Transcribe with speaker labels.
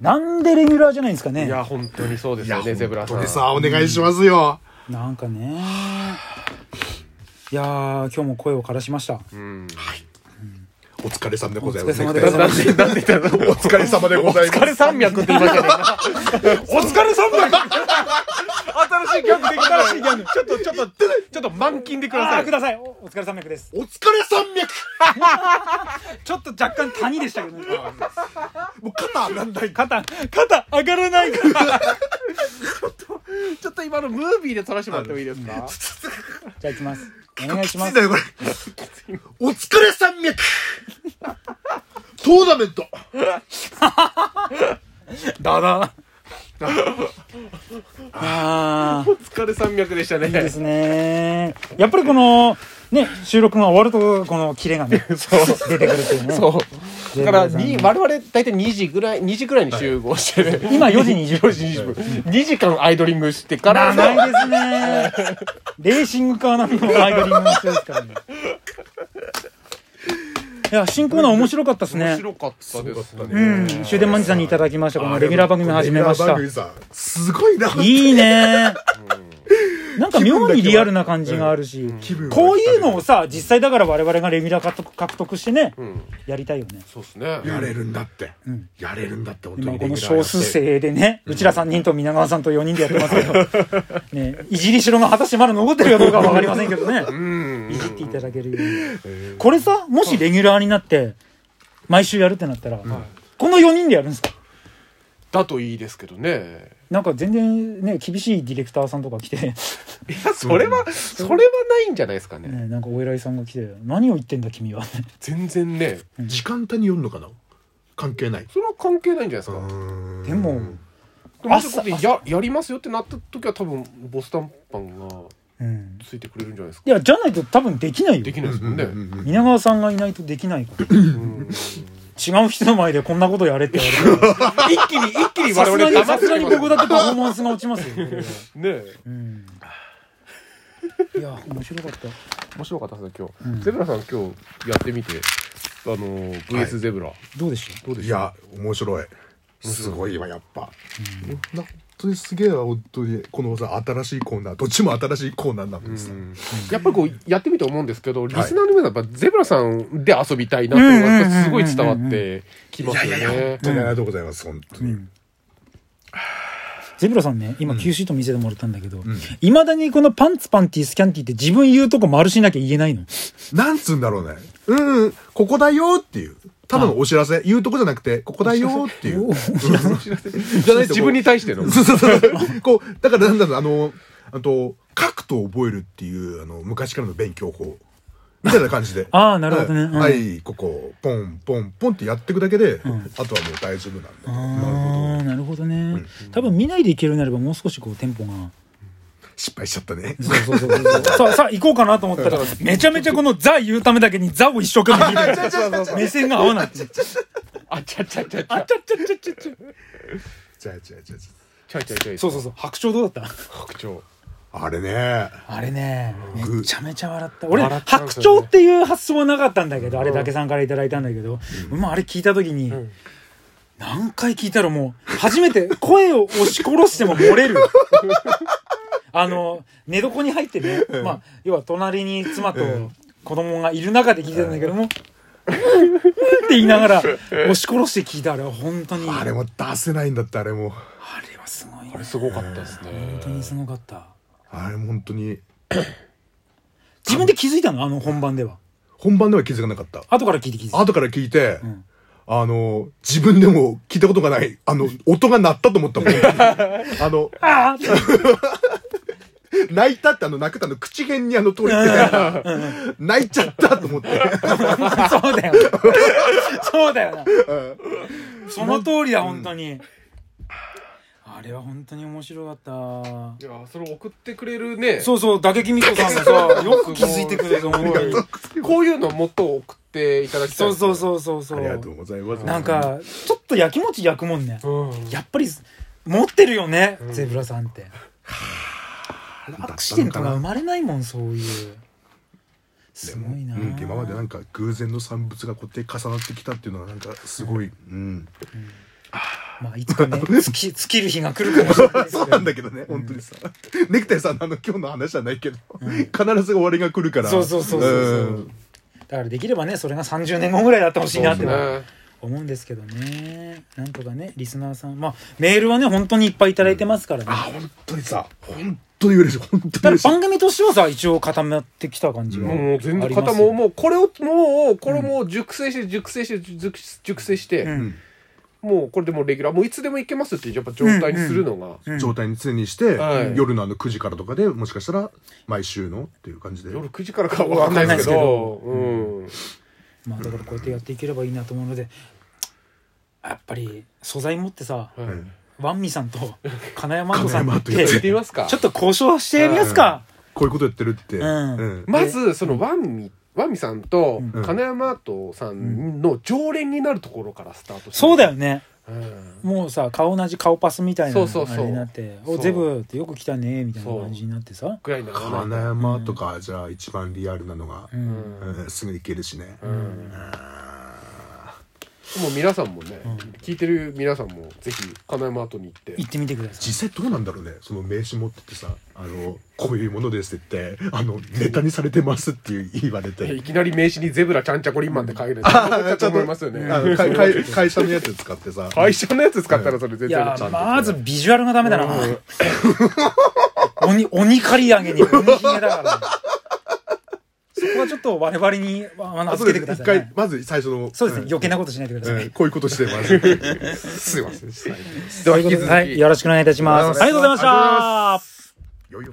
Speaker 1: なんでレギュラーじゃないんですか
Speaker 2: い
Speaker 1: ね
Speaker 2: や、本当にそうですよね、ゼブラさ
Speaker 3: 本当
Speaker 2: ん。
Speaker 3: にさ、お願いしますよ。
Speaker 1: なんかねいやー今日も声を枯らしました
Speaker 2: うん。
Speaker 3: お疲れ様でござい
Speaker 1: お疲
Speaker 3: ま
Speaker 1: れ様で
Speaker 3: す。
Speaker 1: ございま
Speaker 2: なんで、なんで言ったの
Speaker 3: お疲れ様でございます。
Speaker 2: 疲れ山脈って言いましたね。
Speaker 3: お疲れ様で
Speaker 2: 新しいギャグできたらしいギャグ。ちょっと、ちょっと、ちょっと満金でくだ
Speaker 1: あ
Speaker 2: さ
Speaker 1: あ
Speaker 2: い
Speaker 1: く。ださいおお疲れ様です
Speaker 3: お疲れ山脈
Speaker 1: ちょっと若干谷でしたけどね
Speaker 3: もう肩上がんない。
Speaker 1: 肩肩上がらないから
Speaker 2: ちょっと今のムービーで撮らせてもらってもいいです か
Speaker 1: じゃあ行きますお願いし
Speaker 3: きつ
Speaker 1: ま
Speaker 3: いん
Speaker 1: す
Speaker 3: だよ、これ。お疲れ山脈トーナメント
Speaker 1: だだああ
Speaker 2: お疲れ山脈でしたね。
Speaker 1: いいですねやっぱりこのね収録が終わるとこのキレが ね出てくるっていうね
Speaker 2: そう。だから、に我々大体2時ぐらい、2時ぐらいに集合してる。
Speaker 1: 今4時20分
Speaker 2: 4時20分。2時間アイドリングしてから、
Speaker 1: 長いですねレーシングカー並みのアイドリングの人ですからねいや新コーナー面白かったですね
Speaker 2: 面白かったですね。
Speaker 1: うん終電マンジさんにいただきましたこのレギュラー番組始めまし
Speaker 3: レ
Speaker 1: た
Speaker 3: ギュラー番組さすごいな。
Speaker 1: いいねなんか妙にリアルな感じがあるし、
Speaker 3: 気分が
Speaker 1: こういうのをさ実際だから我々がレギュラー獲得獲得してね、
Speaker 2: ん
Speaker 1: やりたいよね
Speaker 2: そうですね。
Speaker 3: やれるんだって。やれるんだって、本当
Speaker 1: 今
Speaker 3: に。
Speaker 1: この少数。制でね、うちら3人と皆川さんと4人でやってますけど、ね、いじりしろが果たしてまだ残ってるかどうかは分かりませんけどね、いじっていただけるように。これさ、もしレギュラーになって、毎週やるってなったら、この4人でやるんですか
Speaker 2: だといいですけどね。
Speaker 1: なんか全然ね、厳しいディレクターさんとか来て、 ね、
Speaker 2: いや、それは、それはないんじゃないですかね。
Speaker 1: なんかお偉いさんが来て、何を言ってんだ君は。
Speaker 2: 全然ね。
Speaker 3: 時間帯によるのかな関係ない。
Speaker 2: それは関係ないんじゃないですか。
Speaker 1: でも、
Speaker 2: でもそこでややりますよってなった時は多分ボス短パンが
Speaker 1: うん。
Speaker 2: ついてくれるんじゃないです
Speaker 1: い
Speaker 2: か
Speaker 1: や、じゃないと多分できないよ
Speaker 2: で。きないですもんね、うん
Speaker 1: 皆川さんがいないとできないから。違う人の前でこんなことやれって言われて。
Speaker 2: 一気に一気に
Speaker 1: さ
Speaker 2: 我
Speaker 1: す
Speaker 2: 々
Speaker 1: がに、
Speaker 2: 黙
Speaker 1: さ
Speaker 2: って
Speaker 1: すがに
Speaker 2: ます
Speaker 1: 僕だってパフォーマンスが落ちますよ。
Speaker 2: ねえ
Speaker 1: うん。いや、面白かった。
Speaker 2: 面白かったですね今日、ゼブラさん今日やってみてあのー VS ゼブラ、
Speaker 1: どうでした
Speaker 2: どうで
Speaker 3: い
Speaker 2: した
Speaker 3: や、面白い。すごいわ、やっぱ。な本当にすげえわ、本当に。このさ、新しいコーナー、どっちも新しいコーナーなのにさ。
Speaker 2: やっぱりこうやってみて思うんですけど、リスナーの皆さんやっぱゼブラさんで遊びたいなっていうのがやっぱすごい伝わってきますよね
Speaker 3: 本当にありがとうございます、本当に。
Speaker 1: ゼブラさんね、今 Q シート見せてもらったんだけど、いまだにこのパンツパンティスキャンティって自分言うとこ丸しなきゃ言えないの。
Speaker 3: なんつうんだろうね。うんうん、ここだよっていう。ただのお知らせ。言うとこじゃなくて、ここだよっていう。 じゃないと
Speaker 2: 自分に対しての
Speaker 3: そうそうそう。 こう、だからなんだろう、あの、あと、書くと覚えるっていう、あの、昔からの勉強法。みたいな感じで。
Speaker 1: あーなるほどね
Speaker 3: はい
Speaker 1: うん
Speaker 3: はい、ここ、ポン、ポン、ポンってやっていくだけで、あとはもう大丈夫なんで。
Speaker 1: ああ、なるほどね。多分見ないでいけるようになればもう少しこうテンポ が。
Speaker 3: 失敗しちゃったね。
Speaker 1: そうそうそうそう。さあ、さあ、行こうかなと思ったら、めちゃめちゃこのザ言うためだけにザを一生懸命見 てる。目線が合わない。ちゃちゃ
Speaker 2: あちゃちゃち
Speaker 1: ちゃ
Speaker 2: ゃちゃ
Speaker 1: ちゃちゃちゃ。
Speaker 3: じゃあじゃあじゃあじ
Speaker 2: ちゃちゃちゃ
Speaker 1: そうそうそう。白鳥どうだった
Speaker 2: 白鳥
Speaker 3: ゃああれね。
Speaker 1: あれね、
Speaker 3: ぐ
Speaker 1: めちゃめちゃ笑った。俺、
Speaker 2: 笑ったんで
Speaker 1: 白
Speaker 2: すよね
Speaker 1: 鳥っていう発想はなかったんだけど、あれだけさんからいただいたんだけど、まああれ聞いた時に、何回聞いたらもう、初めて声を押し殺しても漏れる。 あの、寝床に入ってね、まあ、要は隣に妻と子供がいる中で聞いてたんだけども、うんうんって言いながら、押し殺して聞いたら、本当に。
Speaker 3: あれも出せないんだって、あれも。
Speaker 1: あれはすごいね
Speaker 2: あれすごかったですね、
Speaker 1: 本当にすごかった。
Speaker 3: あれも本当に、
Speaker 1: 自分で気づいたのあの本番では。
Speaker 3: 本番では気づかなかった。
Speaker 1: 後から聞いて気づいた。
Speaker 3: 後から聞いて、
Speaker 1: ん
Speaker 3: あの、自分でも聞いたことがない、あの、音が鳴ったと 思ったもん。あの、
Speaker 1: ああ
Speaker 3: 泣いたってあの、泣くたの口辺にあの、通りってたから泣いちゃったと思 って。
Speaker 1: そうだよ。そうだよな。その通りだ、本当に。あれは本当に面白かった。
Speaker 2: いやーそれを送ってくれるね
Speaker 1: そうそう、打撃ミコさんがさ、よく気づいてくれると思うよ。
Speaker 2: こういうのもっと送っていただきた
Speaker 1: そ
Speaker 2: いで
Speaker 1: う
Speaker 2: す
Speaker 1: そう
Speaker 2: ね。
Speaker 1: そうそうそ
Speaker 3: ありがとう
Speaker 1: う。
Speaker 3: ございます。
Speaker 1: なんか、ちょっとやきもち焼くもんね。
Speaker 2: うん。
Speaker 1: やっぱり、持ってるよね、ゼブラさんって。
Speaker 3: だったのかな、
Speaker 1: アクシデントが生まれないもん、そういう。すごいな。
Speaker 3: うん、今までなんか偶然の産物がこうやって重なってきたっていうのはなんかすごい、うん、
Speaker 1: まあ、いつかね、尽き、尽きる日が来るかもしれないです
Speaker 3: そう
Speaker 1: けど
Speaker 3: なんだけどね、本当にさ。ネクタイさんのあの今日の話じゃないけど、必ず終わりが来るから。
Speaker 1: そうそうそうそうそう
Speaker 3: うん
Speaker 1: だからできればね、それが30年後ぐらいだってほしいなって
Speaker 2: ね
Speaker 1: は思うんですけどね。なんとかね、リスナーさん。まあ、メールはね、本当にいっぱいいただいてますからね。
Speaker 3: あ、本当にさ、本当に嬉しい。本当
Speaker 1: た
Speaker 3: に
Speaker 1: だ
Speaker 3: 嬉しい。
Speaker 1: 番組としてはさ、一応固まってきた感じが。
Speaker 2: もう全
Speaker 1: あ
Speaker 2: 然
Speaker 1: ります
Speaker 2: 方ももうこれをもうこれもう熟成して熟成して熟熟成して、
Speaker 1: うん
Speaker 2: もうこれでもうレギュラーもういつでもいけますっていうやっぱ状態にするのが、
Speaker 1: うん
Speaker 3: 状態に常にして、
Speaker 2: はい
Speaker 3: 夜のあの9時からとかでもしかしたら毎週のっていう感じで。
Speaker 2: 夜9時からかはわかんないですけどうん
Speaker 1: まあ、だからこうやってやっていければいいなと思うので、やっぱり素材持ってさ、
Speaker 2: はい
Speaker 1: ワンミさんと金山真子さんに
Speaker 3: 金山
Speaker 1: 行っ
Speaker 3: と言
Speaker 1: て
Speaker 3: っ、
Speaker 2: 行って
Speaker 1: ち
Speaker 2: み
Speaker 1: ょ
Speaker 2: ますか
Speaker 1: っと交渉してみますか。
Speaker 3: こういうことやってるって。
Speaker 1: うん
Speaker 2: まずそのワンミワンミさんと
Speaker 3: うん
Speaker 2: 金山とさんの常連になるところからスタートして
Speaker 1: そうだよね。
Speaker 2: うん
Speaker 1: もうさ顔同じ顔パスみたいな
Speaker 2: そうそうそう
Speaker 1: あれになって「
Speaker 2: そう
Speaker 1: おゼブってよく来たね」みたいな感じになってさ
Speaker 2: ぐらいなら
Speaker 3: 金
Speaker 2: ない
Speaker 3: 山とかじゃあ一番リアルなのが、
Speaker 1: うん
Speaker 3: うんすぐ行けるしね。
Speaker 2: うんもう皆さんもね聞いてる皆さんもぜひ金山後に行って
Speaker 1: 行ってみてください
Speaker 3: 実際どうなんだろうねその名刺持ってってさ「あのこういうものです」って言って「あのネタにされてます」って言われ
Speaker 2: えい
Speaker 3: て
Speaker 2: きなり名刺にゼブラちゃんちゃこりんまんって書いてるやつと思いますよ
Speaker 3: あ
Speaker 2: ね
Speaker 3: の会会会社のやつ使ってさ
Speaker 2: 会社のやつ使ったらそれ全
Speaker 1: い
Speaker 2: 然
Speaker 1: や
Speaker 2: ちゃんと
Speaker 1: まずビジュアルがダメだな鬼鬼刈り上げに鬼ひげだからそこはちょっと我々にあの
Speaker 3: あ
Speaker 1: 預
Speaker 3: そ
Speaker 1: けて
Speaker 3: れ
Speaker 1: くださ
Speaker 3: 一
Speaker 1: い
Speaker 3: 回
Speaker 1: ね
Speaker 3: まず最初の
Speaker 1: そうですね
Speaker 3: ん
Speaker 1: 余計なことしないでくださ
Speaker 3: うん
Speaker 1: い
Speaker 3: こういうことしてますすいません
Speaker 2: では引き続き
Speaker 1: はいよろしくお願いいたしますありがとうございました